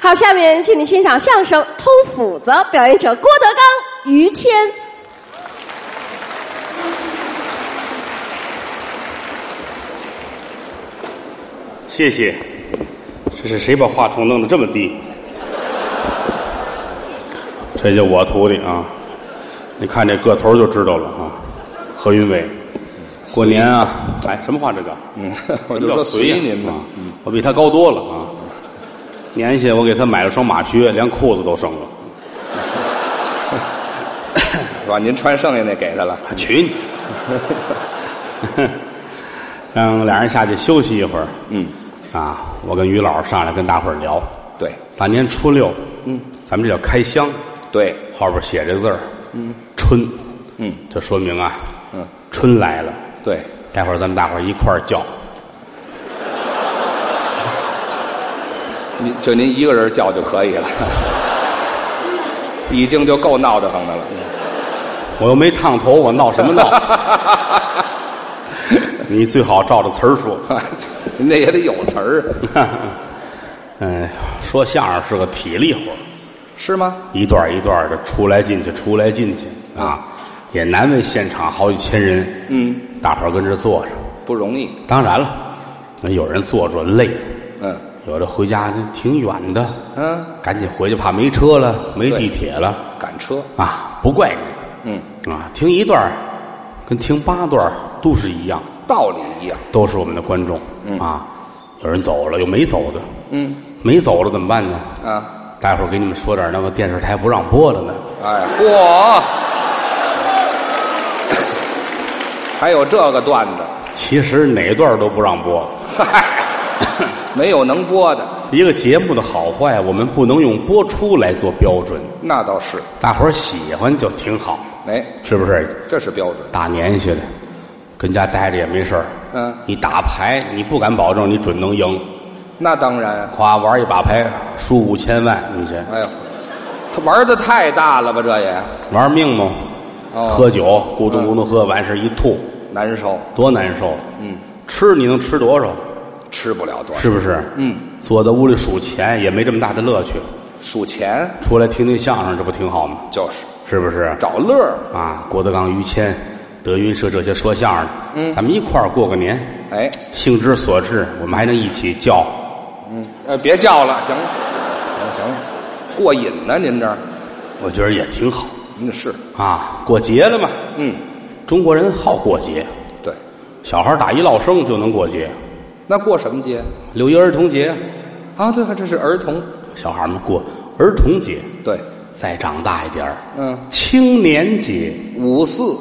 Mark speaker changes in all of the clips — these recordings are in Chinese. Speaker 1: 好，下面请您欣赏相声《偷斧子》，表演者郭德纲、于谦。
Speaker 2: 谢谢。这是谁把话筒弄得这么低？这就我徒弟啊！你看这个头就知道了啊。何云伟，过年啊，哎，什么话这叫？
Speaker 3: 嗯，我就说随
Speaker 2: 意啊
Speaker 3: 您吧。嗯
Speaker 2: 我比他高多了啊。年下我给他买了双马靴，连裤子都剩了。
Speaker 3: 是吧？您穿剩下那给他了。
Speaker 2: 啊娶 你！让俩人下去休息一会儿。
Speaker 3: 嗯，
Speaker 2: 啊，我跟于老师上来跟大伙儿聊，
Speaker 3: 对
Speaker 2: 大年初六，嗯，咱们这叫开箱，
Speaker 3: 对，
Speaker 2: 后边写这个字儿，嗯，春，
Speaker 3: 嗯，
Speaker 2: 这说明啊，
Speaker 3: 嗯，
Speaker 2: 春来了。
Speaker 3: 对，
Speaker 2: 待会儿咱们大伙儿一块儿叫，
Speaker 3: 您就您一个人叫就可以了， 已经就够闹得慌的了。
Speaker 2: 我又没烫头，我闹什么闹？ 你最好照着词儿说。
Speaker 3: 您这也得有词儿，啊
Speaker 2: 嗯，说相声是个体力活儿
Speaker 3: 是吗？
Speaker 2: 一段一段的出来进去，出来进去啊，也难为现场好几千人。
Speaker 3: 嗯，
Speaker 2: 大伙儿跟这坐着，
Speaker 3: 不容易。
Speaker 2: 当然了，那有人坐着累，
Speaker 3: 嗯
Speaker 2: 有的回家挺远的，
Speaker 3: 嗯，
Speaker 2: 赶紧回去，怕没车了，没
Speaker 3: 对
Speaker 2: 地铁了
Speaker 3: 赶车。
Speaker 2: 啊！不怪你
Speaker 3: 嗯，
Speaker 2: 啊，听一段儿跟听八段儿都是一样，
Speaker 3: 道理一样。
Speaker 2: 都是我们的观众、啊。有人走了，有没走的，
Speaker 3: 嗯
Speaker 2: 没走了怎么办呢？
Speaker 3: 啊，
Speaker 2: 待会儿给你们说点儿那个电视台不让播的呢。
Speaker 3: 哎，嚯！ 还有这个段子，
Speaker 2: 其实哪段儿都不让播，
Speaker 3: 嗨， 没有能播的，
Speaker 2: 一个节目的好坏，我们不能用播出来做标准。
Speaker 3: 那倒是。
Speaker 2: 大伙儿喜欢就挺好，
Speaker 3: 哎，
Speaker 2: 是不是？
Speaker 3: 这是标准。
Speaker 2: 大年下的，跟家待着也没事儿。
Speaker 3: 嗯，
Speaker 2: 你打牌，你不敢保证你准能赢。
Speaker 3: 那当然。
Speaker 2: 夸玩一把牌，输五千万，你这
Speaker 3: 哎呦，他玩的太大了吧？这也
Speaker 2: 玩命吗？
Speaker 3: 哦
Speaker 2: 喝酒，咕咚咕咚喝，完事一吐，
Speaker 3: 难受，
Speaker 2: 多难受。嗯，吃你能吃多少？
Speaker 3: 吃不了多少。
Speaker 2: 是不是？
Speaker 3: 嗯，
Speaker 2: 坐在屋里数钱也没这么大的乐趣。
Speaker 3: 数钱
Speaker 2: 出来听听相声，这不挺好吗？
Speaker 3: 就是
Speaker 2: 是不是？
Speaker 3: 找乐儿。
Speaker 2: 啊，郭德纲、于谦、德云社这些说相声的，嗯，咱们一块儿过个年，
Speaker 3: 哎，
Speaker 2: 兴之所至，我们还能一起叫。
Speaker 3: 嗯，呃，别叫了，行了，行了行了，过瘾呢、您这儿，
Speaker 2: 我觉得也挺好
Speaker 3: 您是，
Speaker 2: 啊。过节了嘛，
Speaker 3: 嗯，
Speaker 2: 中国人好过节，
Speaker 3: 对。
Speaker 2: 小孩打一落生就能过节，
Speaker 3: 那过什么节
Speaker 2: 六一儿童节，
Speaker 3: 啊？对，这是儿童，
Speaker 2: 小孩们过儿童节，
Speaker 3: 对，
Speaker 2: 再长大一点儿，
Speaker 3: 嗯，
Speaker 2: 青年节。
Speaker 3: 五四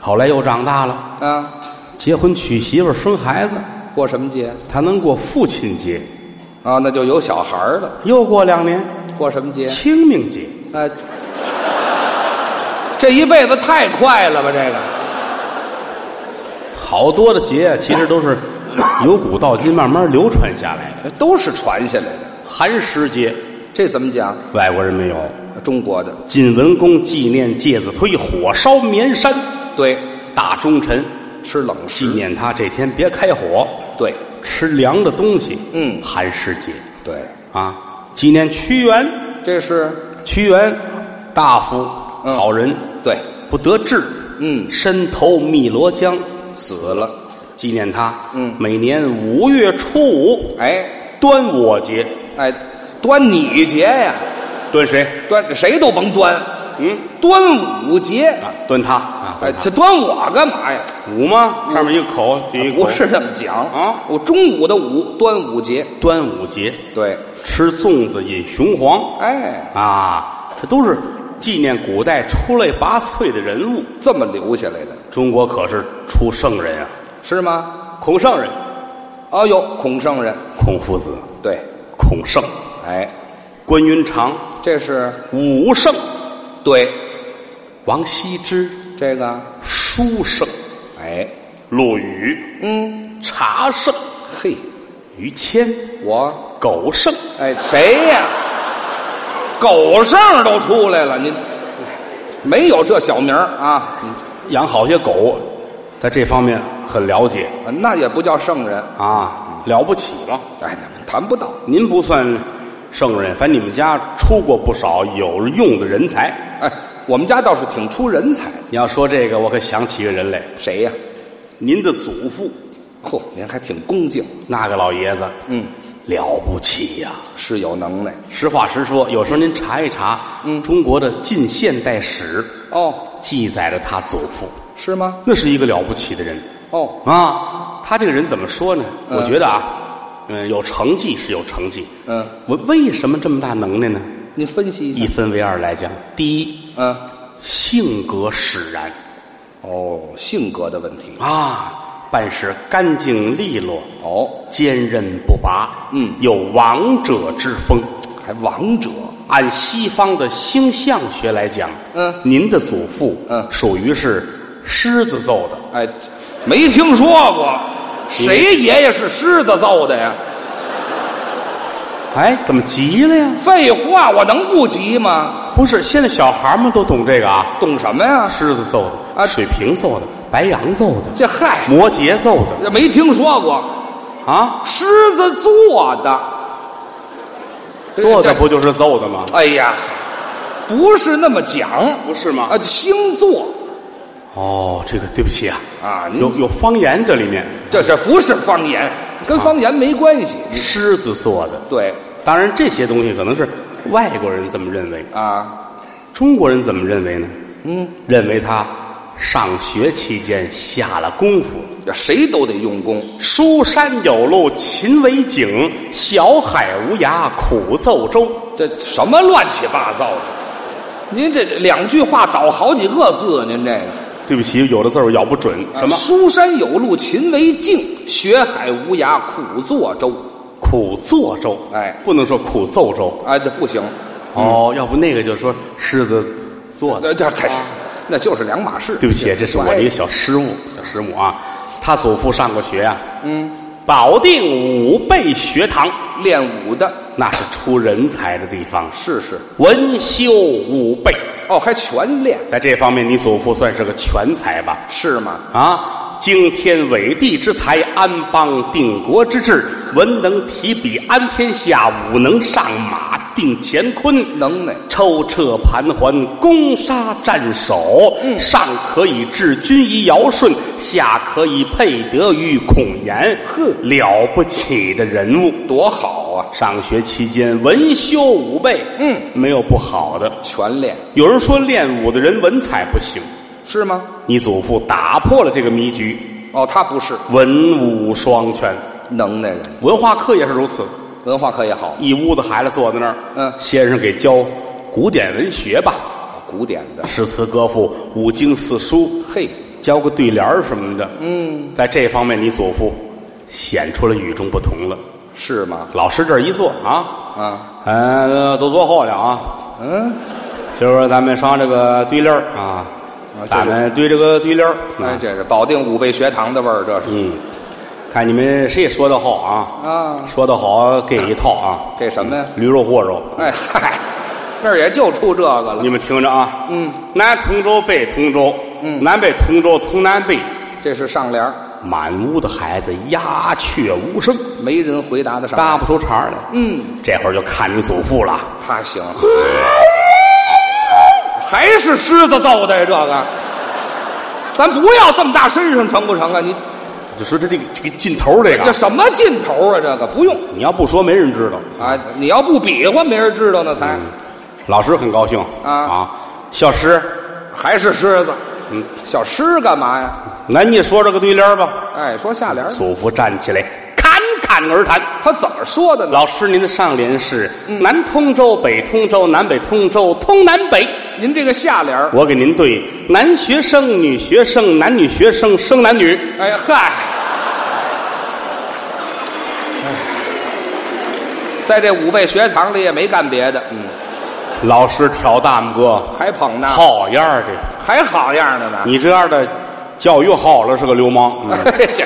Speaker 2: 后来又长大了，
Speaker 3: 啊，
Speaker 2: 结婚娶媳妇儿生孩子，
Speaker 3: 过什么节
Speaker 2: 他能过父亲节，
Speaker 3: 啊？那就有小孩儿了，
Speaker 2: 又过两年
Speaker 3: 过什么节
Speaker 2: 清明节。
Speaker 3: 啊？ 这一辈子太快了吧？这个
Speaker 2: 好多的节其实都是由古到今慢慢流传下来的。
Speaker 3: 这都是传下来的。
Speaker 2: 寒食节，
Speaker 3: 这怎么讲？
Speaker 2: 外国人没有；
Speaker 3: 中国的
Speaker 2: 晋文公纪念介子推火烧绵山，
Speaker 3: 对，
Speaker 2: 大忠臣
Speaker 3: 吃冷
Speaker 2: 纪
Speaker 3: 食，
Speaker 2: 念他这天别开火，
Speaker 3: 对
Speaker 2: 吃凉的东西。
Speaker 3: 嗯
Speaker 2: 寒食节
Speaker 3: 对，
Speaker 2: 啊，纪念屈原，
Speaker 3: 这是
Speaker 2: 屈原大夫
Speaker 3: 嗯
Speaker 2: 好人，
Speaker 3: 对
Speaker 2: 不得志，
Speaker 3: 嗯
Speaker 2: 身投汨罗江，
Speaker 3: 死了。
Speaker 2: 纪念他。
Speaker 3: 嗯
Speaker 2: 每年五月初五，
Speaker 3: 哎
Speaker 2: 端午节，
Speaker 3: 哎，端你节呀，
Speaker 2: 端谁？
Speaker 3: 端谁都甭端，
Speaker 2: 嗯。
Speaker 3: 端午节。
Speaker 2: 啊，端他啊，
Speaker 3: 哎
Speaker 2: 端，他
Speaker 3: 这端我干嘛呀？
Speaker 2: 五吗？上面一个口，底下一个口
Speaker 3: 不是这么讲
Speaker 2: 啊
Speaker 3: 我中午的午，端午节。
Speaker 2: 端午节
Speaker 3: 对，
Speaker 2: 吃粽子饮雄黄
Speaker 3: 哎，
Speaker 2: 啊，这都是纪念古代出类拔萃的人物。
Speaker 3: 这么留下来的
Speaker 2: 中国可是出圣人啊，
Speaker 3: 是吗？
Speaker 2: 孔圣人、
Speaker 3: 哦有孔圣人，
Speaker 2: 孔夫子、
Speaker 3: 对，
Speaker 2: 孔圣、
Speaker 3: 哎，
Speaker 2: 关云长、
Speaker 3: 这是
Speaker 2: 武圣、
Speaker 3: 对
Speaker 2: 王羲之、
Speaker 3: 这个，
Speaker 2: 书圣、
Speaker 3: 哎，
Speaker 2: 陆羽、
Speaker 3: 嗯，
Speaker 2: 茶圣、
Speaker 3: 嘿，
Speaker 2: 于谦、
Speaker 3: 我
Speaker 2: 狗圣、
Speaker 3: 哎，谁呀？狗剩儿都出来了，您没有这小名儿啊？
Speaker 2: 养好些狗，在这方面很了解。
Speaker 3: 嗯那也不叫圣人，
Speaker 2: 啊，了不起了！
Speaker 3: 哎，谈不到。
Speaker 2: 您不算圣人，反正你们家出过不少有用的人才。
Speaker 3: 哎，我们家倒是挺出人才。
Speaker 2: 你要说这个，我可想起一个人来，
Speaker 3: 谁呀、
Speaker 2: 您的祖父
Speaker 3: 嚯，您还挺恭敬，
Speaker 2: 那个老爷子，
Speaker 3: 嗯，
Speaker 2: 了不起呀、
Speaker 3: 是有能耐。
Speaker 2: 实话实说，有时候您查一查，
Speaker 3: 嗯
Speaker 2: 中国的近现代史
Speaker 3: 哦，
Speaker 2: 记载了他祖父，
Speaker 3: 是吗？
Speaker 2: 那是一个了不起的人
Speaker 3: 哦，
Speaker 2: 啊。他这个人怎么说呢？
Speaker 3: 嗯
Speaker 2: 我觉得啊，嗯、有成绩是有成绩。
Speaker 3: 嗯，
Speaker 2: 我为什么这么大能耐呢？
Speaker 3: 您分析一
Speaker 2: 一
Speaker 3: 下。
Speaker 2: 分为二来讲，第一，
Speaker 3: 嗯，
Speaker 2: 性格使然
Speaker 3: 哦，性格的问题。
Speaker 2: 啊，办事干净利落，
Speaker 3: 哦，
Speaker 2: 坚韧不拔，
Speaker 3: 嗯
Speaker 2: 有王者之风。
Speaker 3: 还王者。
Speaker 2: 按西方的星象学来讲，
Speaker 3: 嗯
Speaker 2: 您的祖父，
Speaker 3: 嗯
Speaker 2: 属于是狮子座的，
Speaker 3: 哎，没听说过，
Speaker 2: 嗯
Speaker 3: 谁爷爷是狮子揍的呀？
Speaker 2: 哎，怎么急了呀？
Speaker 3: 废话，我能不急吗？
Speaker 2: 不是，现在小孩们都懂这个啊，
Speaker 3: 懂什么呀？
Speaker 2: 狮子座的，
Speaker 3: 啊
Speaker 2: 水瓶座的，白羊座的，
Speaker 3: 这嗨，
Speaker 2: 摩羯座
Speaker 3: 这没听说过，
Speaker 2: 的啊，
Speaker 3: 狮子座的，
Speaker 2: 做的
Speaker 3: 这
Speaker 2: 不就是揍的吗？
Speaker 3: 哎呀，不是那么讲
Speaker 2: 不是吗？
Speaker 3: 啊，星座
Speaker 2: 哦，这个对不起啊，
Speaker 3: 啊，您
Speaker 2: 有有方言这里面，
Speaker 3: 这是不是方言？跟方言没关系。
Speaker 2: 狮子座的，
Speaker 3: 对
Speaker 2: 当然这些东西可能是外国人这么认为，
Speaker 3: 啊，
Speaker 2: 中国人怎么认为呢？
Speaker 3: 嗯，
Speaker 2: 认为他上学期间下了功夫。
Speaker 3: 这谁都得用功。
Speaker 2: 书山有路勤为径，小海无涯苦奏舟。
Speaker 3: 这什么乱七八糟的？您这两句话倒好几个字，您这个。
Speaker 2: 对不起，有的字儿我咬不准。什么
Speaker 3: 书山有路勤为径，学海无涯苦作舟。
Speaker 2: 苦作舟？
Speaker 3: 哎
Speaker 2: 不能说苦奏舟。
Speaker 3: 哎，这不行，
Speaker 2: 哦，要不那个就说狮子座的。
Speaker 3: 那这还那就是两码事。
Speaker 2: 呃啊
Speaker 3: 哎
Speaker 2: 对不起，这是我的一个小失误，小失误啊。他祖父上过学啊，嗯，保定武备学堂，
Speaker 3: 练武的，
Speaker 2: 那是出人才的地方，
Speaker 3: 是是。
Speaker 2: 文修武备。
Speaker 3: 哦，还全练
Speaker 2: 在这方面，你祖父算是个全才吧？
Speaker 3: 是吗？
Speaker 2: 啊，惊天伟地之才，安邦定国之志，文能提笔安天下，武能上马定乾坤。
Speaker 3: 能耐
Speaker 2: 抽撤盘桓，攻杀战守，上可以治军于尧舜，下可以配德于孔颜。
Speaker 3: 哼
Speaker 2: 了不起的人物！
Speaker 3: 多好啊！
Speaker 2: 上学期间文修武备，
Speaker 3: 嗯，
Speaker 2: 没有不好的。
Speaker 3: 全练
Speaker 2: 有人说练武的人文采不行，
Speaker 3: 是吗？
Speaker 2: 你祖父打破了这个迷局。
Speaker 3: 哦，他不是
Speaker 2: 文武双全，
Speaker 3: 能耐人，
Speaker 2: 文化课也是如此。
Speaker 3: 文化课也好，
Speaker 2: 一屋子孩子坐在那儿，
Speaker 3: 嗯
Speaker 2: 先生给教古典文学吧，
Speaker 3: 古典的。
Speaker 2: 诗词歌赋、五经四书，
Speaker 3: 嘿，
Speaker 2: 教个对联儿什么的。
Speaker 3: 嗯，
Speaker 2: 在这方面，你祖父显出了与众不同了。
Speaker 3: 是吗？
Speaker 2: 老师这儿一坐啊，
Speaker 3: 啊，
Speaker 2: 呃，都坐后了啊。
Speaker 3: 嗯，
Speaker 2: 今儿咱们上这个对联儿啊，
Speaker 3: 啊这是
Speaker 2: 咱们对这个对联儿。
Speaker 3: 哎，
Speaker 2: 啊
Speaker 3: 这是保定五备学堂的味儿，这是
Speaker 2: 嗯，看你们谁说的好啊？
Speaker 3: 啊。
Speaker 2: 说的好，给一套啊。
Speaker 3: 给什么呀？
Speaker 2: 驴肉和肉。
Speaker 3: 哎嗨，那儿也就出这个了
Speaker 2: 你。们听着啊，
Speaker 3: 嗯，
Speaker 2: 南通州，北通州，
Speaker 3: 嗯
Speaker 2: 南北通州，通南北，
Speaker 3: 这是上联儿
Speaker 2: 满屋的孩子鸦雀无声，
Speaker 3: 没人回答得上。
Speaker 2: 搭不出茬儿来。
Speaker 3: 嗯，
Speaker 2: 这会儿就看你祖父了，
Speaker 3: 他行，还是狮子揍的呀？这个，咱不要这么大身上成不成啊？你
Speaker 2: 就说这这个这个劲头儿这
Speaker 3: 这
Speaker 2: 个，
Speaker 3: 什么劲头啊？这个不用
Speaker 2: 你要不说没人知道。
Speaker 3: 啊！你要不比划，没人知道呢才。
Speaker 2: 嗯，老师很高兴
Speaker 3: 啊
Speaker 2: 小师，
Speaker 3: 还是狮子，
Speaker 2: 嗯，
Speaker 3: 小狮干嘛呀？
Speaker 2: 那你说这个对联儿吧。
Speaker 3: 哎，说下联儿，
Speaker 2: 祖父站起来，侃侃而谈。
Speaker 3: 他怎么说的呢？
Speaker 2: 老师，您的上联是南通州、北通州、南北通州、通南北。
Speaker 3: 您这个下联儿，
Speaker 2: 我给您对男学生、女学生、男女学生、生男女。
Speaker 3: 哎嗨，哎在这五辈学堂里也没干别的，嗯，
Speaker 2: 老师挑大拇哥，
Speaker 3: 还捧呢，
Speaker 2: 好样儿的！
Speaker 3: 还好样的呢。
Speaker 2: 你这样的教育好了是个流氓， 嗯、
Speaker 3: 这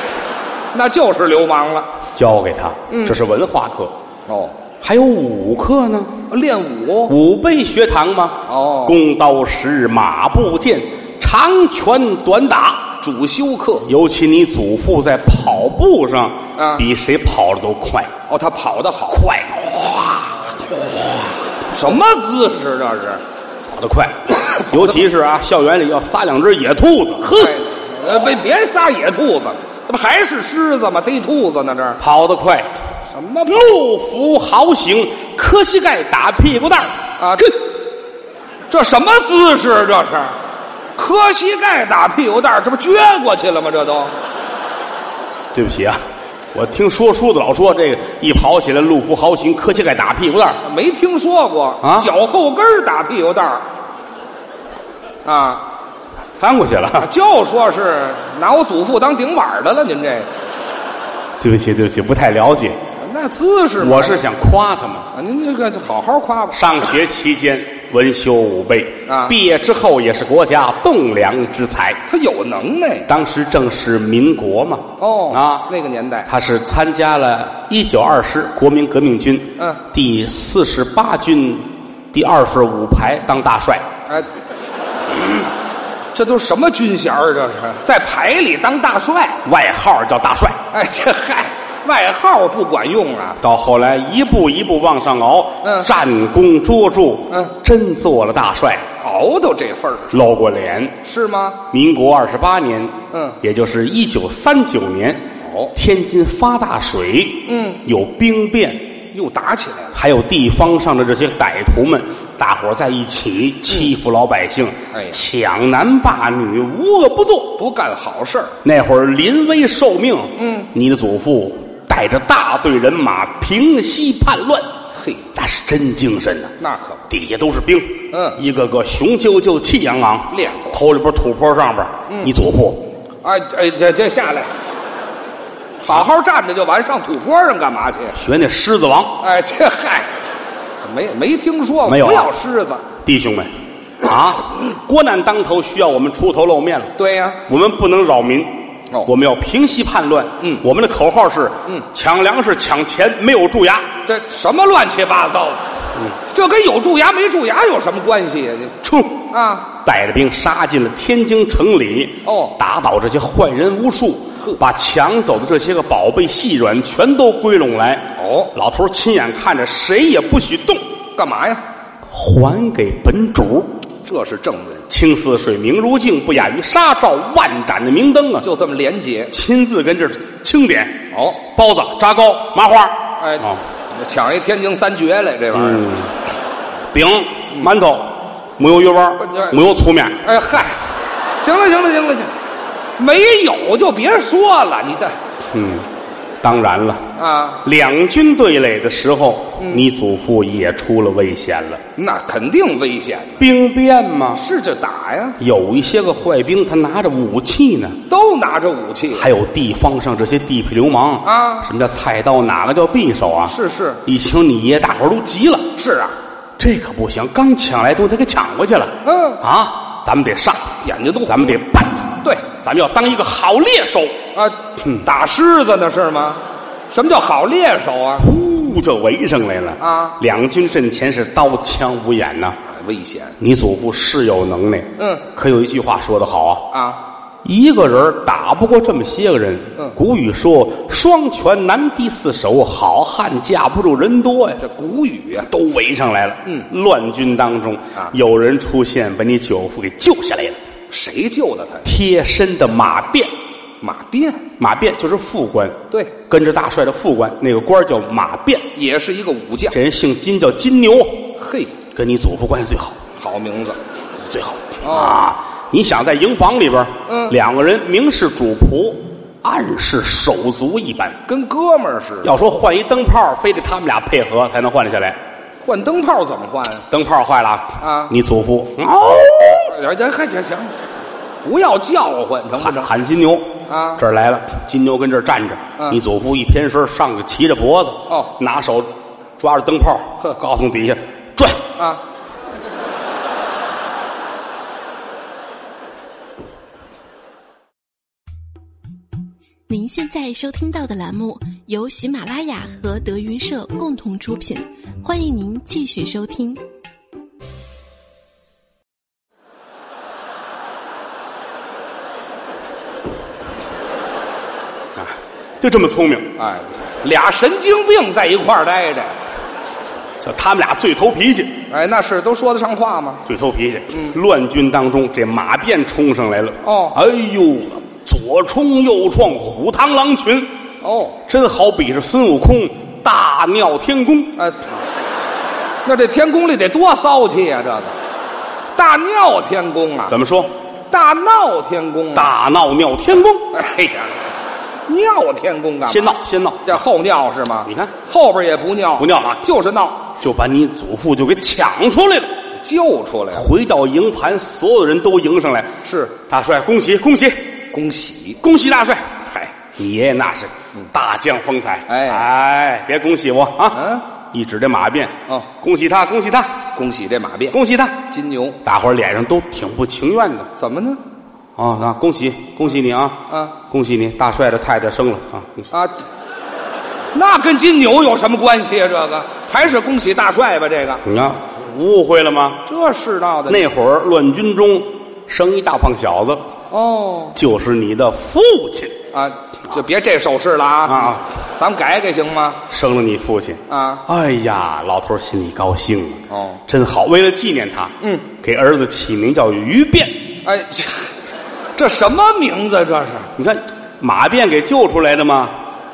Speaker 3: 那就是流氓了。
Speaker 2: 教给他，
Speaker 3: 嗯
Speaker 2: 这是文化课，
Speaker 3: 哦，
Speaker 2: 还有武课呢，
Speaker 3: 练武
Speaker 2: 武备学堂吗？
Speaker 3: 哦
Speaker 2: 弓刀石、马步剑、长拳短打。
Speaker 3: 主修课
Speaker 2: 尤其你祖父在跑步上，
Speaker 3: 啊
Speaker 2: 比谁跑的都快，
Speaker 3: 哦，他跑得好，
Speaker 2: 快，哗，哗
Speaker 3: 什么姿势这是？
Speaker 2: 跑得 快，尤其是啊，校园里要撒两只野兔子，呵，
Speaker 3: 哎呃，别别撒野兔子，这不还是狮子吗？逮兔子呢这儿
Speaker 2: 跑得快，
Speaker 3: 什么
Speaker 2: 路服豪行，磕膝盖打屁股蛋儿
Speaker 3: 啊？这这什么姿势啊这是？磕膝盖打屁股蛋儿，这不撅过去了吗？这都
Speaker 2: 对不起啊，我听说书的老说这个一跑起来路服豪行，磕膝盖打屁股蛋儿，
Speaker 3: 没听说过
Speaker 2: 啊
Speaker 3: 脚后跟儿打屁股蛋儿啊，
Speaker 2: 翻过去了。
Speaker 3: 就说是拿我祖父当顶板儿的了，您这个
Speaker 2: 对不起，对不起，不太了解。
Speaker 3: 那姿势嘛
Speaker 2: 我是想夸他们。
Speaker 3: 啊，您这个就好好夸吧。
Speaker 2: 上学期间文修武备
Speaker 3: 啊
Speaker 2: 毕业之后也是国家栋梁之才。
Speaker 3: 他有能耐
Speaker 2: 当时正是民国嘛，
Speaker 3: 哦
Speaker 2: 啊，
Speaker 3: 那个年代
Speaker 2: 他是参加了一九二师国民革命军，
Speaker 3: 嗯
Speaker 2: 第四十八军第二十五排当大帅，
Speaker 3: 哎，这都什么军衔儿？啊这是在排里当大帅？
Speaker 2: 外号叫大帅。
Speaker 3: 哎，这嗨，外号不管用啊！
Speaker 2: 到后来一步一步往上熬，
Speaker 3: 嗯
Speaker 2: 战功卓著，
Speaker 3: 嗯
Speaker 2: 真做了大帅，
Speaker 3: 熬到这份儿
Speaker 2: 露过脸。
Speaker 3: 是吗？
Speaker 2: 民国二十八年，
Speaker 3: 嗯
Speaker 2: 也就是一九三九年，
Speaker 3: 哦
Speaker 2: 天津发大水，
Speaker 3: 嗯，
Speaker 2: 有兵变，
Speaker 3: 又打起来了。
Speaker 2: 还有地方上的这些歹徒们，大伙儿在一起欺负老百姓，
Speaker 3: 哎呀
Speaker 2: 抢男霸女，无恶不作。
Speaker 3: 不干好事儿，
Speaker 2: 那会儿临危受命，嗯，你的祖父带着大队人马平息叛乱，
Speaker 3: 嘿，
Speaker 2: 那是真精神呐、
Speaker 3: 那可不
Speaker 2: 底下都是兵，
Speaker 3: 嗯
Speaker 2: 一个个雄赳赳、气昂昂，
Speaker 3: 练过
Speaker 2: 头里边土坡上边，嗯，你祖父
Speaker 3: 哎哎，这这下来，好好站着就完，上土坡上干嘛去？
Speaker 2: 学那狮子王，
Speaker 3: 哎，这嗨，没没听说过，
Speaker 2: 没有啊
Speaker 3: 不要狮子，
Speaker 2: 弟兄们， 啊，国难当头，需要我们出头露面了。
Speaker 3: 对呀、
Speaker 2: 我们不能扰民，
Speaker 3: 哦
Speaker 2: 我们要平息叛乱。
Speaker 3: 嗯
Speaker 2: 我们的口号是：
Speaker 3: 嗯，
Speaker 2: 抢粮食、抢钱，没有蛀牙。
Speaker 3: 这什么乱七八糟的？
Speaker 2: 嗯
Speaker 3: 这跟有蛀牙没蛀牙有什么关系呀、
Speaker 2: 冲！
Speaker 3: 这啊，
Speaker 2: 带着兵杀进了天津城里，
Speaker 3: 哦
Speaker 2: 打倒这些坏人无数，把抢走的这些个宝贝细软全都归拢来。
Speaker 3: 哦
Speaker 2: 老头亲眼看着，谁也不许动，
Speaker 3: 干嘛呀？
Speaker 2: 还给本主。
Speaker 3: 这是正文，
Speaker 2: 清似水，明如镜，不亚于纱罩，万盏的明灯啊！
Speaker 3: 就这么廉洁。
Speaker 2: 亲自跟这儿清点
Speaker 3: 哦，
Speaker 2: 包子、炸糕、麻花，
Speaker 3: 哎，
Speaker 2: 啊
Speaker 3: 抢一天津三绝来，这玩意儿。
Speaker 2: 嗯，饼、馒头、木油鱼丸
Speaker 3: 不是、
Speaker 2: 木油粗面，
Speaker 3: 哎嗨，行了行了行了行了，没有就别说了，你这
Speaker 2: 嗯，当然了，
Speaker 3: 啊，
Speaker 2: 两军对垒的时候，
Speaker 3: 嗯
Speaker 2: 你祖父也出了危险了，
Speaker 3: 那肯定危险的，
Speaker 2: 兵变嘛。
Speaker 3: 是就打呀，
Speaker 2: 有一些个坏兵，他拿着武器呢，
Speaker 3: 都拿着武器。
Speaker 2: 还有地方上这些地痞流氓
Speaker 3: 啊
Speaker 2: 什么叫菜刀，哪个叫匕首啊？
Speaker 3: 是是
Speaker 2: 一听你爷，大伙儿都急了，
Speaker 3: 是啊，
Speaker 2: 这可不行，刚抢来东西，他给抢过去了。
Speaker 3: 嗯
Speaker 2: 啊，咱们得杀，
Speaker 3: 眼睛都
Speaker 2: 咱们得办他，
Speaker 3: 对
Speaker 2: 咱们要当一个好猎手。
Speaker 3: 啊，打狮子呢是吗？什么叫好猎手啊？
Speaker 2: 呼就围上来了
Speaker 3: 啊
Speaker 2: 两军阵前是刀枪无眼呐、
Speaker 3: 哎危险
Speaker 2: 你祖父是有能耐，
Speaker 3: 嗯，
Speaker 2: 可有一句话说得好啊，
Speaker 3: 啊！
Speaker 2: 一个人儿打不过这么些个人。
Speaker 3: 嗯
Speaker 2: 古语说“双拳难敌四手”，好汉架不住人多呀。
Speaker 3: 这古语啊，
Speaker 2: 都围上来了，
Speaker 3: 嗯
Speaker 2: 乱军当中
Speaker 3: 啊
Speaker 2: 有人出现，把你舅父给救下来了。
Speaker 3: 谁救的他？
Speaker 2: 贴身的马便，
Speaker 3: 马鞭，
Speaker 2: 马便就是副官，
Speaker 3: 对，
Speaker 2: 跟着大帅的副官，那个官儿叫马便。
Speaker 3: 也是一个武将。
Speaker 2: 这人姓金，叫金牛，
Speaker 3: 嘿，
Speaker 2: 跟你祖父关系最好，
Speaker 3: 好名字，
Speaker 2: 最好、
Speaker 3: 哦
Speaker 2: 啊！你想在营房里边，
Speaker 3: 嗯
Speaker 2: 两个人明是主仆，暗是手足一般。
Speaker 3: 跟哥们儿似的。
Speaker 2: 要说换一灯泡，非得他们俩配合才能换得下来。
Speaker 3: 换灯泡怎么换啊？
Speaker 2: 灯泡坏了
Speaker 3: 啊
Speaker 2: 你祖父嗷
Speaker 3: 哎，这还行行，不要叫唤，成不
Speaker 2: 喊
Speaker 3: 成？
Speaker 2: 喊金牛
Speaker 3: 啊
Speaker 2: 这儿来了，金牛跟这儿站着，
Speaker 3: 嗯
Speaker 2: 你祖父一偏身上去骑着脖子，
Speaker 3: 哦
Speaker 2: 拿手抓着灯泡
Speaker 3: 呵，
Speaker 2: 告诉底下拽，
Speaker 3: 啊，
Speaker 4: 您现在收听到的栏目由喜马拉雅和德云社共同出品，欢迎您继续收听。
Speaker 2: 就这么聪明。
Speaker 3: 哎，俩神经病在一块儿待着，
Speaker 2: 就他们俩最投脾气，
Speaker 3: 哎，那是都说得上话吗？
Speaker 2: 最投脾气。乱军当中，这马便冲上来了。
Speaker 3: 嗯哦
Speaker 2: 哎呦，左冲右撞，虎螳螂群，
Speaker 3: 哦，
Speaker 2: 真好比是孙悟空大闹天宫。
Speaker 3: 哎，那这天宫里得多骚气啊呀、这个大尿天宫啊，
Speaker 2: 怎么说？
Speaker 3: 大闹天宫啊，
Speaker 2: 大闹尿天宫，
Speaker 3: 哎呀，尿天宫干
Speaker 2: 先
Speaker 3: 嘛？
Speaker 2: 闹先闹，
Speaker 3: 这后尿是吗？
Speaker 2: 你看
Speaker 3: 后边也不尿，
Speaker 2: 不尿了
Speaker 3: 就是闹，
Speaker 2: 就把你祖父就给抢出来了。
Speaker 3: 救出来了，
Speaker 2: 回到营盘，所有人都迎上来。
Speaker 3: 是
Speaker 2: 大帅，恭喜恭喜
Speaker 3: 恭喜。
Speaker 2: 恭喜大帅！嗨，你爷爷那是大将风采。
Speaker 3: 哎
Speaker 2: 哎，别恭喜我啊！
Speaker 3: 嗯，
Speaker 2: 一指这马鞭，
Speaker 3: 哦
Speaker 2: 恭喜他，恭喜他，
Speaker 3: 恭喜这马鞭，
Speaker 2: 恭喜他！
Speaker 3: 金牛
Speaker 2: 大伙儿脸上都挺不情愿的
Speaker 3: 怎么呢？
Speaker 2: 啊！那恭喜恭喜你啊！
Speaker 3: 嗯，
Speaker 2: 恭喜你，大帅的太太生了啊！恭喜
Speaker 3: 啊，那跟金牛有什么关系啊？这个还是恭喜大帅吧？这个
Speaker 2: 你看，误会了吗？
Speaker 3: 这世道的
Speaker 2: 那会儿乱军中生一大胖小子，
Speaker 3: 哦
Speaker 2: 就是你的父亲
Speaker 3: 啊，就别这手势了啊
Speaker 2: 啊！
Speaker 3: 咱们改改行吗？
Speaker 2: 生了你父亲。
Speaker 3: 啊，
Speaker 2: 哎呀，老头儿心里高兴啊，
Speaker 3: 哦，
Speaker 2: 真好。为了纪念他，
Speaker 3: 嗯，
Speaker 2: 给儿子起名叫于变。
Speaker 3: 哎， 这这什么名字啊这是？
Speaker 2: 你看，马变给救出来的嘛，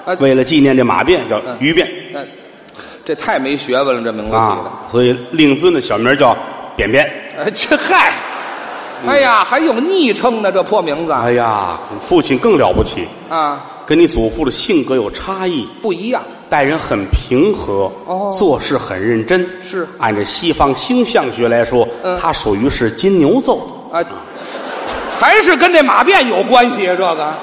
Speaker 3: 啊
Speaker 2: 为了纪念这马变叫于变、
Speaker 3: 哎，这太没学问了，这名字起的。
Speaker 2: 啊，所以令尊的小名叫扁扁。
Speaker 3: 哎，这嗨，哎呀，还有昵称呢，这破名字
Speaker 2: 嗯哎呀，父亲更了不起，
Speaker 3: 啊，
Speaker 2: 跟你祖父的性格有差异，
Speaker 3: 不一样。
Speaker 2: 待人很平和，
Speaker 3: 哦
Speaker 2: 做事很认真。
Speaker 3: 是
Speaker 2: 按照西方星象学来说，
Speaker 3: 嗯
Speaker 2: 他属于是金牛座的。
Speaker 3: 啊，还是跟这马变有关系啊？这个啊，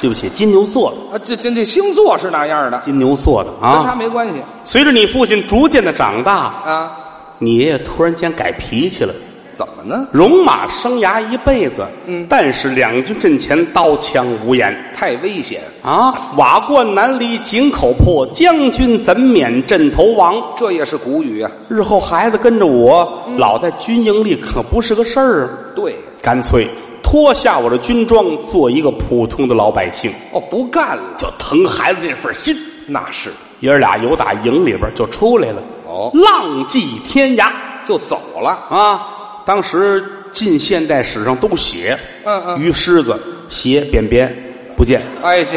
Speaker 2: 对不起，金牛座的，
Speaker 3: 这这这星座是哪样的？
Speaker 2: 金牛座的
Speaker 3: 跟他
Speaker 2: 啊。
Speaker 3: 没关系
Speaker 2: 随着你父亲逐渐的长大，
Speaker 3: 啊？
Speaker 2: 你爷爷突然间改脾气了。
Speaker 3: 怎么呢？
Speaker 2: 戎马生涯一辈子，
Speaker 3: 嗯
Speaker 2: 但是两军阵前刀枪无眼
Speaker 3: 太危险，
Speaker 2: 啊，瓦罐难离井口破，将军怎免阵头亡？
Speaker 3: 这也是古语啊。
Speaker 2: 日后孩子跟着我，
Speaker 3: 嗯
Speaker 2: 老在军营里可不是个事儿啊。
Speaker 3: 对，
Speaker 2: 干脆脱下我的军装，做一个普通的老百姓，
Speaker 3: 哦，不干了，
Speaker 2: 就疼孩子这份心。
Speaker 3: 那是
Speaker 2: 爷儿俩由打营里边就出来了，
Speaker 3: 哦，
Speaker 2: 浪迹天涯
Speaker 3: 就走了。
Speaker 2: 啊！当时近现代史上都写，
Speaker 3: 嗯嗯
Speaker 2: 鱼狮子、鞋扁扁不见，
Speaker 3: 哎，这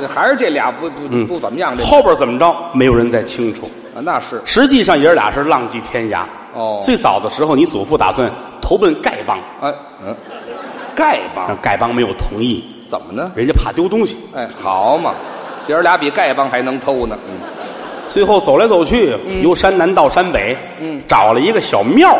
Speaker 3: 这还是这俩不不不怎么样，这
Speaker 2: 后边怎么着没有人再清楚。
Speaker 3: 啊那是
Speaker 2: 实际上，爷儿俩是浪迹天涯。
Speaker 3: 哦
Speaker 2: 最早的时候，你祖父打算投奔丐帮，
Speaker 3: 哎嗯，丐帮
Speaker 2: 但丐帮没有同意，
Speaker 3: 怎么呢？
Speaker 2: 人家怕丢东西。
Speaker 3: 哎，好嘛，爷儿俩比丐帮还能偷呢。嗯，
Speaker 2: 最后走来走去，由山南到山北，
Speaker 3: 嗯
Speaker 2: 找了一个小庙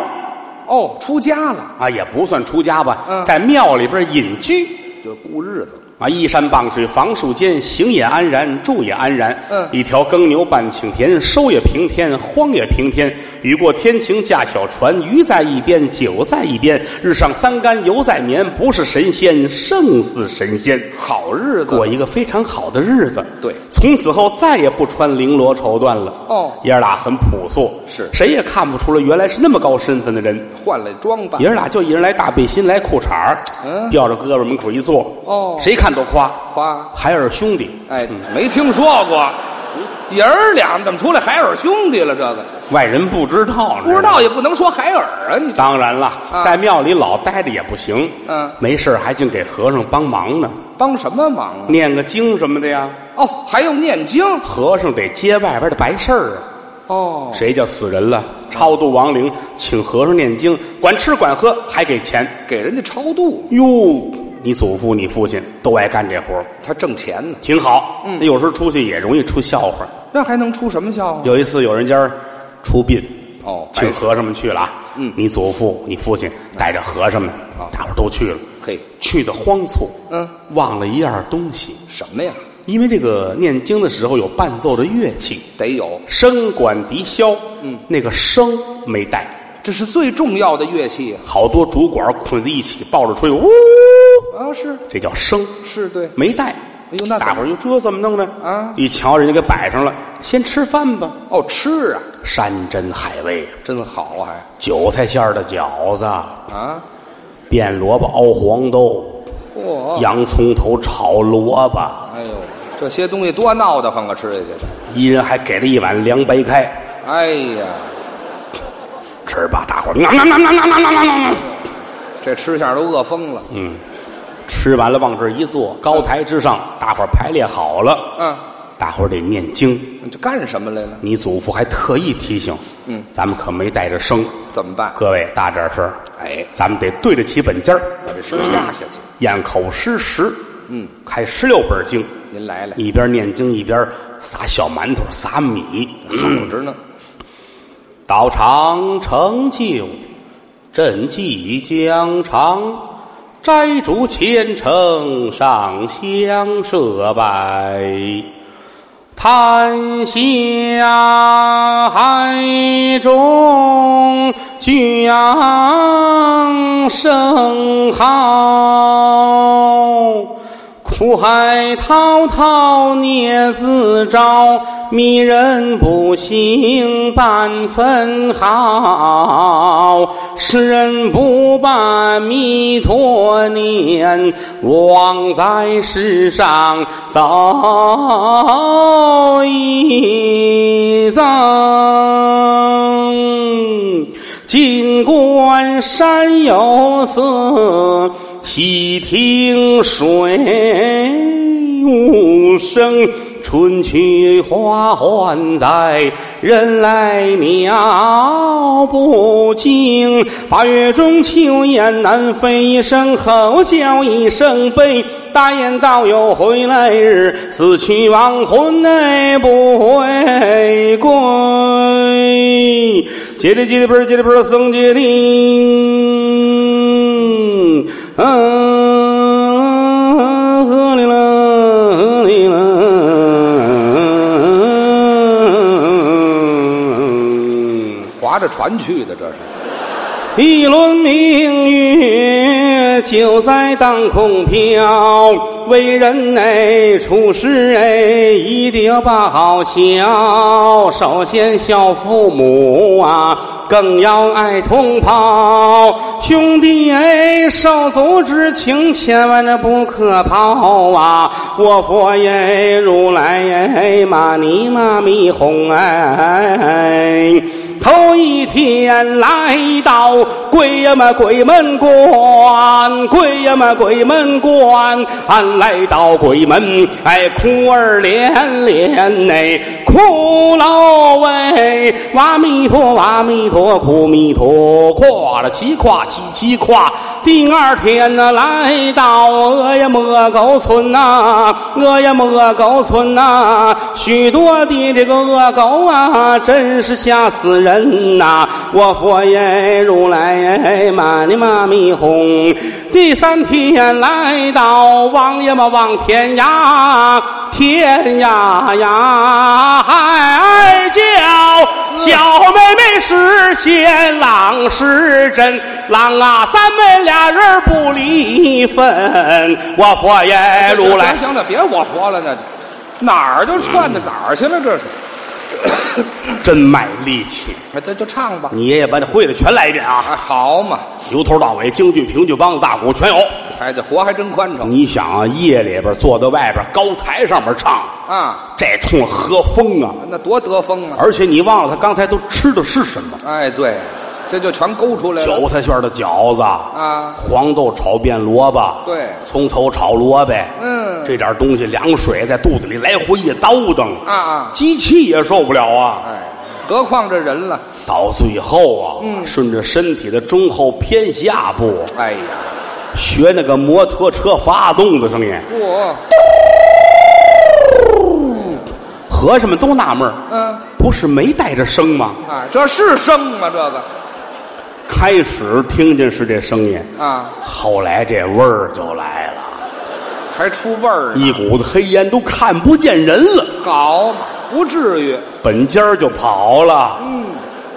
Speaker 3: 哦，出家了，
Speaker 2: 啊，也不算出家吧，
Speaker 3: 嗯
Speaker 2: 在庙里边隐居
Speaker 3: 就过日子。
Speaker 2: 啊，依山傍水，房树间，行也安然，住也安然。
Speaker 3: 嗯
Speaker 2: 一条耕牛半顷田，收也平天，荒也平天。雨过天晴驾小船，鱼在一边，酒在一边，日上三竿犹在眠，不是神仙胜似神仙。
Speaker 3: 好日子
Speaker 2: 过一个非常好的日子。
Speaker 3: 嗯对
Speaker 2: 从此后再也不穿绫罗绸缎了。
Speaker 3: 哦
Speaker 2: 爷儿俩很朴素，
Speaker 3: 是啊
Speaker 2: 谁也看不出来原来是那么高身份的人。
Speaker 3: 换了装扮
Speaker 2: 爷，儿俩就一人来大背心，来裤衩儿
Speaker 3: 嗯
Speaker 2: 吊着胳膊门口一坐，
Speaker 3: 哦
Speaker 2: 谁看都夸
Speaker 3: 夸
Speaker 2: 海尔兄弟。
Speaker 3: 哎，没听说过。爷儿俩怎么出来海尔兄弟了？这个
Speaker 2: 外人不知道，
Speaker 3: 不知道也不能说海尔啊！你
Speaker 2: 当然了，
Speaker 3: 啊
Speaker 2: 在庙里老待着也不行。
Speaker 3: 嗯
Speaker 2: 没事儿还净给和尚帮忙呢，
Speaker 3: 帮什么忙啊？
Speaker 2: 念个经什么的呀。
Speaker 3: 哦，还用念经
Speaker 2: 和尚得接外边的白事儿啊。
Speaker 3: 哦，
Speaker 2: 谁叫死人了？超度亡灵，请和尚念经，管吃管喝，还给钱。
Speaker 3: 给人家超度，
Speaker 2: 哟，你祖父、你父亲都爱干这活儿
Speaker 3: 他挣钱呢，
Speaker 2: 挺好。嗯，有时候出去也容易出笑话。
Speaker 3: 那还能出什么笑话？
Speaker 2: 有一次有人家儿出殡，
Speaker 3: 哦，
Speaker 2: 请
Speaker 3: 哎
Speaker 2: 和尚们去了啊。
Speaker 3: 嗯
Speaker 2: 你祖父、你父亲带着和尚们
Speaker 3: 哦，
Speaker 2: 大伙儿都去了，
Speaker 3: 嘿，
Speaker 2: 去的慌促，
Speaker 3: 嗯，
Speaker 2: 忘了一样东西，
Speaker 3: 什么呀？
Speaker 2: 因为这个念经的时候有伴奏的乐器，
Speaker 3: 得有，
Speaker 2: 笙管笛箫，
Speaker 3: 嗯，
Speaker 2: 那个笙没带。
Speaker 3: 这是最重要的乐器啊呀
Speaker 2: 好多主管捆在一起，抱着吹，呜，
Speaker 3: 啊！是
Speaker 2: 这叫声，
Speaker 3: 是，对，
Speaker 2: 没带。
Speaker 3: 哎呦那怎么
Speaker 2: 大伙儿就这怎么弄呢？
Speaker 3: 啊
Speaker 2: 一瞧人家给摆上了，先吃饭吧。
Speaker 3: 哦，吃啊，
Speaker 2: 山珍海味，
Speaker 3: 真好啊
Speaker 2: 韭菜馅儿的饺子，
Speaker 3: 还啊，
Speaker 2: 变萝卜熬黄豆，
Speaker 3: 嚯，
Speaker 2: 洋葱头炒萝卜，
Speaker 3: 哎呦，这些东西多闹得慌啊！吃下去的，
Speaker 2: 一人还给了一碗凉白开。
Speaker 3: 哎呀，
Speaker 2: 吃吧，大伙儿，啊啊啊啊啊啊啊啊
Speaker 3: 这吃相都饿疯了。
Speaker 2: 嗯，吃完了往这儿一坐，高台之上，大伙儿排列好了，
Speaker 3: 嗯，
Speaker 2: 大伙儿得念经。
Speaker 3: 你这干什么来了？
Speaker 2: 你祖父还特意提醒，
Speaker 3: 嗯，
Speaker 2: 咱们可没带着生，
Speaker 3: 怎么办？
Speaker 2: 各位大点声儿，
Speaker 3: 哎，
Speaker 2: 咱们得对得起本家儿，
Speaker 3: 把这声压下去。
Speaker 2: 咽口失食，
Speaker 3: 嗯，
Speaker 2: 开十六本经，
Speaker 3: 您来来，
Speaker 2: 一边念经一边撒小馒头撒米，
Speaker 3: 好着呢。
Speaker 2: 道长成就，朕即将长。摘竹千层上香设拜，檀香海中响声号。苦海滔滔孽自招，迷人不醒半分好。世人不把弥陀念，枉在世上走一遭。金关山有色，细听水无声。春去花还在，人来鸟不惊。八月中秋雁南飞一声吼，叫一声悲。大雁道有回来日，死去亡魂内不回归。叽里叽里嘣儿，叽里嘣儿，僧叽哩，啊，呵哩啦，呵哩啦。
Speaker 3: 划着船去的这是。
Speaker 2: 一轮明月就在当空飘，为人哎处事哎一定要把好孝，首先孝父母啊，更要爱同胞，兄弟哎手足之情千万的不可抛啊！我佛耶如来耶玛尼玛咪吽哎。头一天来到鬼呀嘛鬼门关，鬼呀嘛鬼门关，俺来到鬼门，哎，哭儿连连哎，哭喽喂，哇弥陀哇弥陀，苦弥陀，跨了七跨七七跨。第二天呢，来到鹅呀么狗村呐、鹅呀么狗村呐、许多的这个恶狗啊，真是吓死人呐、我佛耶，如来耶，玛尼玛咪吽。第三天来到王爷嘛望天涯，天涯呀，海角。小妹妹是仙，郎是真，郎啊，咱们俩人不离分。我佛耶，
Speaker 3: 哎
Speaker 2: 如来
Speaker 3: 行。行了，别我佛了那就，哪儿就串到哪儿去了？这是，
Speaker 2: 真卖力气！
Speaker 3: 哎，这就唱吧。
Speaker 2: 你爷爷把这会的全来一遍啊，
Speaker 3: 啊，好嘛，
Speaker 2: 由头到尾，京剧、评剧、梆子、大鼓全有。
Speaker 3: 哎，这活还真宽敞
Speaker 2: 你想啊，夜里边坐到外边高台上面唱，
Speaker 3: 啊！
Speaker 2: 这通喝风啊！
Speaker 3: 那多得风啊！
Speaker 2: 而且你忘了他刚才都吃的是什么？
Speaker 3: 哎，对，这就全勾出来了
Speaker 2: 韭菜馅儿的饺子
Speaker 3: 啊
Speaker 2: 黄豆炒变萝卜，
Speaker 3: 对
Speaker 2: 葱头炒萝卜，
Speaker 3: 嗯
Speaker 2: 这点东西凉水在肚子里来回一叨腾，
Speaker 3: 啊啊！
Speaker 2: 机器也受不了啊！
Speaker 3: 哎，何况这人了？
Speaker 2: 到最后啊，
Speaker 3: 嗯
Speaker 2: 顺着身体的中后偏下部，
Speaker 3: 哎呀，
Speaker 2: 学那个摩托车发动的声音，
Speaker 3: 我
Speaker 2: 和尚们都纳闷儿
Speaker 3: 嗯
Speaker 2: 不是没带着声吗？
Speaker 3: 啊，这是生吗？这个
Speaker 2: 开始听见是这声音，
Speaker 3: 啊，
Speaker 2: 后来这味儿就来了，
Speaker 3: 还出味儿呢？
Speaker 2: 一股子黑烟都看不见人了，
Speaker 3: 好嘛，不至于，
Speaker 2: 本家儿就跑了，
Speaker 3: 嗯，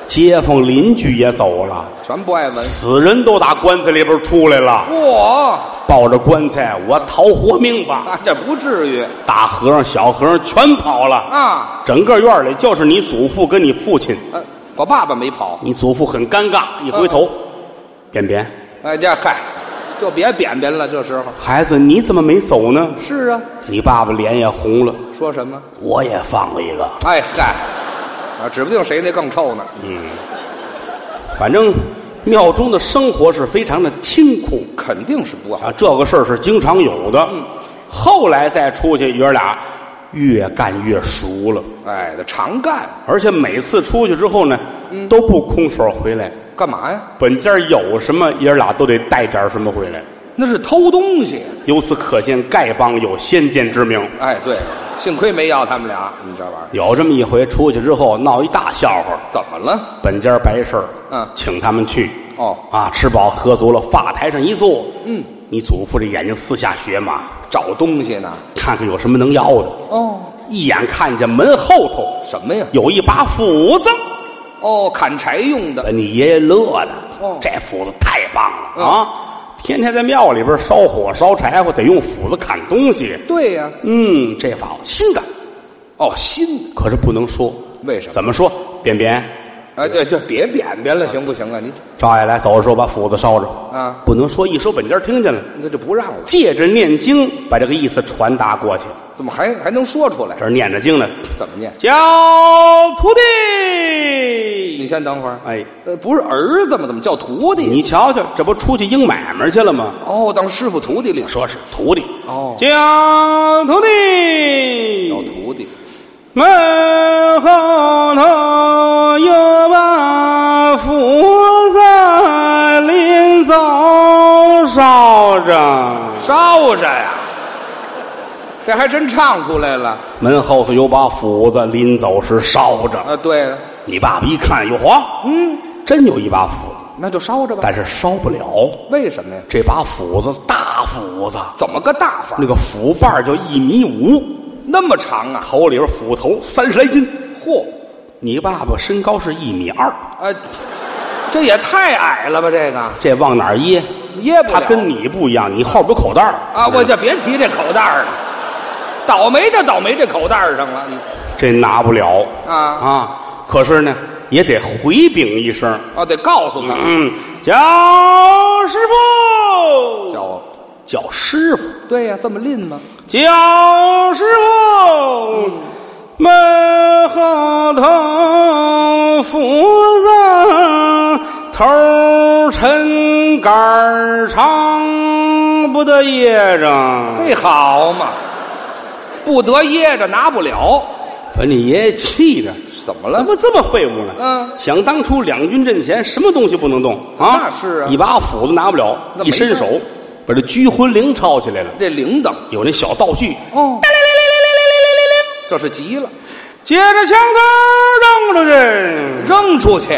Speaker 2: 街坊邻居也走了，
Speaker 3: 全不爱闻。
Speaker 2: 死人都打棺材里边出来了，
Speaker 3: 我
Speaker 2: 抱着棺材我逃活命吧！
Speaker 3: 啊，这不至于
Speaker 2: 大和尚、小和尚全跑了，
Speaker 3: 啊！
Speaker 2: 整个院里就是你祖父跟你父亲，
Speaker 3: 呃，我爸爸没跑。
Speaker 2: 你祖父很尴尬，一回头，便便，
Speaker 3: 哎，这嗨，就别扁扁了，这时候。
Speaker 2: 孩子你怎么没走呢？
Speaker 3: 是啊，
Speaker 2: 你爸爸脸也红了，
Speaker 3: 说什么？
Speaker 2: 我也放了一个。
Speaker 3: 哎嗨，啊，指不定谁那更臭呢。
Speaker 2: 反正庙中的生活是非常的清苦
Speaker 3: 肯定是不好。
Speaker 2: 啊，这个事儿是经常有的。后来再出去，爷儿俩越干越熟了，
Speaker 3: 哎，这常干
Speaker 2: 而且每次出去之后呢，都不空手回来。
Speaker 3: 干嘛呀？
Speaker 2: 本家有什么，爷儿俩都得带点儿什么回来。
Speaker 3: 那是偷东西。
Speaker 2: 由此可见，丐帮有先见之明。
Speaker 3: 哎，对，幸亏没要他们俩。你这玩意儿
Speaker 2: 有这么一回，出去之后闹一大笑话，
Speaker 3: 怎么了？
Speaker 2: 本家白事儿，
Speaker 3: 嗯
Speaker 2: 请他们去，
Speaker 3: 哦，
Speaker 2: 啊，吃饱喝足了，发台上一坐，
Speaker 3: 嗯，
Speaker 2: 你祖父这眼睛四下学嘛，
Speaker 3: 找东西呢。
Speaker 2: 看看有什么能要的，
Speaker 3: 哦，
Speaker 2: 一眼看见门后头
Speaker 3: 什么呀？
Speaker 2: 有一把斧子，
Speaker 3: 哦，砍柴用
Speaker 2: 把
Speaker 3: 的。
Speaker 2: 你爷爷乐的，
Speaker 3: 哦
Speaker 2: 这斧子太棒了、啊！天天在庙里边烧火烧柴火，得用斧子砍东西，
Speaker 3: 对呀、
Speaker 2: 嗯，这法我新的，
Speaker 3: 哦，新的。
Speaker 2: 可是不能说，
Speaker 3: 为什么？
Speaker 2: 怎么说？便便，
Speaker 3: 哎，对，这别扁扁了，行不行啊？你
Speaker 2: 赵爷来走的时候把斧子烧着，
Speaker 3: 啊
Speaker 2: 不能说，一说本家听见了。
Speaker 3: 那就不让了，
Speaker 2: 借着念经把这个意思传达过去。
Speaker 3: 怎么还还能说出来
Speaker 2: 这？儿念着经呢，
Speaker 3: 怎么念？
Speaker 2: 教徒
Speaker 3: 你
Speaker 2: 弟。
Speaker 3: 先等会儿。
Speaker 2: 哎，
Speaker 3: 呃，不是儿子吗？怎么叫徒弟？
Speaker 2: 你瞧瞧，这不出去应买卖去了吗？
Speaker 3: 哦，当师傅徒弟领
Speaker 2: 说是徒弟
Speaker 3: 哦
Speaker 2: 教徒弟，
Speaker 3: 叫徒弟。
Speaker 2: 门后头有把斧子，临走烧着。
Speaker 3: 烧着呀，这还真唱出来了
Speaker 2: 门后头有把斧子，临走时烧着。
Speaker 3: 啊！对了，
Speaker 2: 你爸爸一看，哟嚯，呃嗯，真有一把斧子，
Speaker 3: 那就烧着吧。
Speaker 2: 但是烧不了。
Speaker 3: 为什么呀？
Speaker 2: 这把斧子大斧子，
Speaker 3: 怎么个大法？
Speaker 2: 那个斧把儿就一米五，
Speaker 3: 那么长啊？
Speaker 2: 头里边斧头三十来斤。
Speaker 3: 嚯，
Speaker 2: 你爸爸身高是一米二，
Speaker 3: 哎，这也太矮了吧？这个
Speaker 2: 这往哪儿掖？
Speaker 3: 噎不
Speaker 2: 他
Speaker 3: 了
Speaker 2: 跟你不一样，你后边有口袋儿嗯
Speaker 3: 啊！我就别提这口袋儿了，倒霉就倒霉这口袋儿上了。你
Speaker 2: 这拿不了
Speaker 3: 啊
Speaker 2: 啊！可是呢，也得回禀一声，
Speaker 3: 哦，得告诉他，
Speaker 2: 嗯，叫师傅，
Speaker 3: 叫我。
Speaker 2: 叫师傅。
Speaker 3: 对呀、这么拎吗？
Speaker 2: 叫师傅，门后头斧子头儿抻杆儿长，不得掖着。
Speaker 3: 这好嘛，不得噎着，拿不了。
Speaker 2: 把你爷爷气的，
Speaker 3: 怎么
Speaker 2: 怎
Speaker 3: 了？
Speaker 2: 么这么废物呢？
Speaker 3: 嗯
Speaker 2: 想当初两军阵前，什么东西不能动啊？
Speaker 3: 那是啊
Speaker 2: 一把斧子拿不了，
Speaker 3: 那没
Speaker 2: 一伸手把这拘魂铃抄起来了，
Speaker 3: 这铃铛
Speaker 2: 有那小道具，
Speaker 3: 哦，这是急了。
Speaker 2: 接着枪杆儿扔出去。
Speaker 3: 扔出去，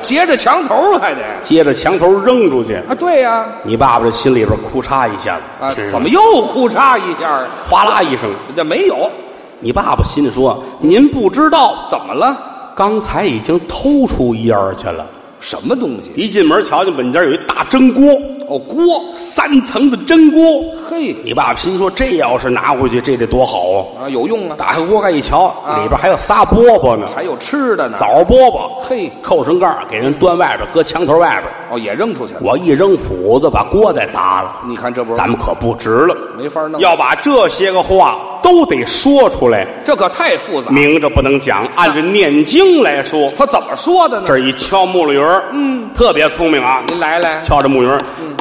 Speaker 3: 截着墙头还得
Speaker 2: 接着墙头扔出去。
Speaker 3: 啊，对呀、
Speaker 2: 你爸爸这心里边哭嚓一下子，
Speaker 3: 啊，
Speaker 2: 真是
Speaker 3: 怎么又哭嚓一下啊？
Speaker 2: 哗啦一声？
Speaker 3: 这没有，
Speaker 2: 你爸爸心里说：“您不知道，
Speaker 3: 怎么了？
Speaker 2: 刚才已经偷出一二去了。
Speaker 3: 什么东西？
Speaker 2: 一进门瞧见本家有一大蒸锅，
Speaker 3: 哦，锅，
Speaker 2: 三层的蒸锅。
Speaker 3: 嘿，
Speaker 2: 你爸爸心说：这要是拿回去，这得多好啊！
Speaker 3: 啊，有用啊，
Speaker 2: 打开锅盖一瞧，
Speaker 3: 啊
Speaker 2: 里边还有仨饽饽呢，
Speaker 3: 还有吃的呢，
Speaker 2: 枣饽饽。
Speaker 3: 嘿
Speaker 2: 扣成盖儿给人端外边，搁墙头外边。
Speaker 3: 哦，也扔出去了。
Speaker 2: 我一扔斧子，把锅再砸了。
Speaker 3: 你看这不是
Speaker 2: 咱们可不值了。”
Speaker 3: 没法弄，
Speaker 2: 要把这些个话都得说出来，
Speaker 3: 这可太复杂。
Speaker 2: 明着不能讲，
Speaker 3: 嗯
Speaker 2: 按着念经来说。
Speaker 3: 他怎么说的呢？
Speaker 2: 这儿一敲木了鱼儿，嗯，特别聪明啊！
Speaker 3: 您来来，
Speaker 2: 敲着木鱼儿，
Speaker 3: 嗯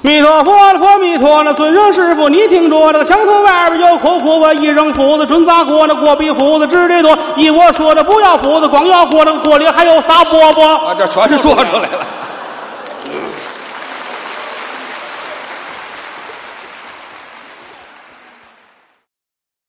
Speaker 2: 弥陀佛了，佛弥陀了，尊生师傅，你听着，这个墙头外边有口苦，啊我一扔斧子准砸锅，那锅比斧子值得多。依我说的不要斧子，光要锅，那个锅里还有仨饽饽。
Speaker 3: 啊，这全说出来了。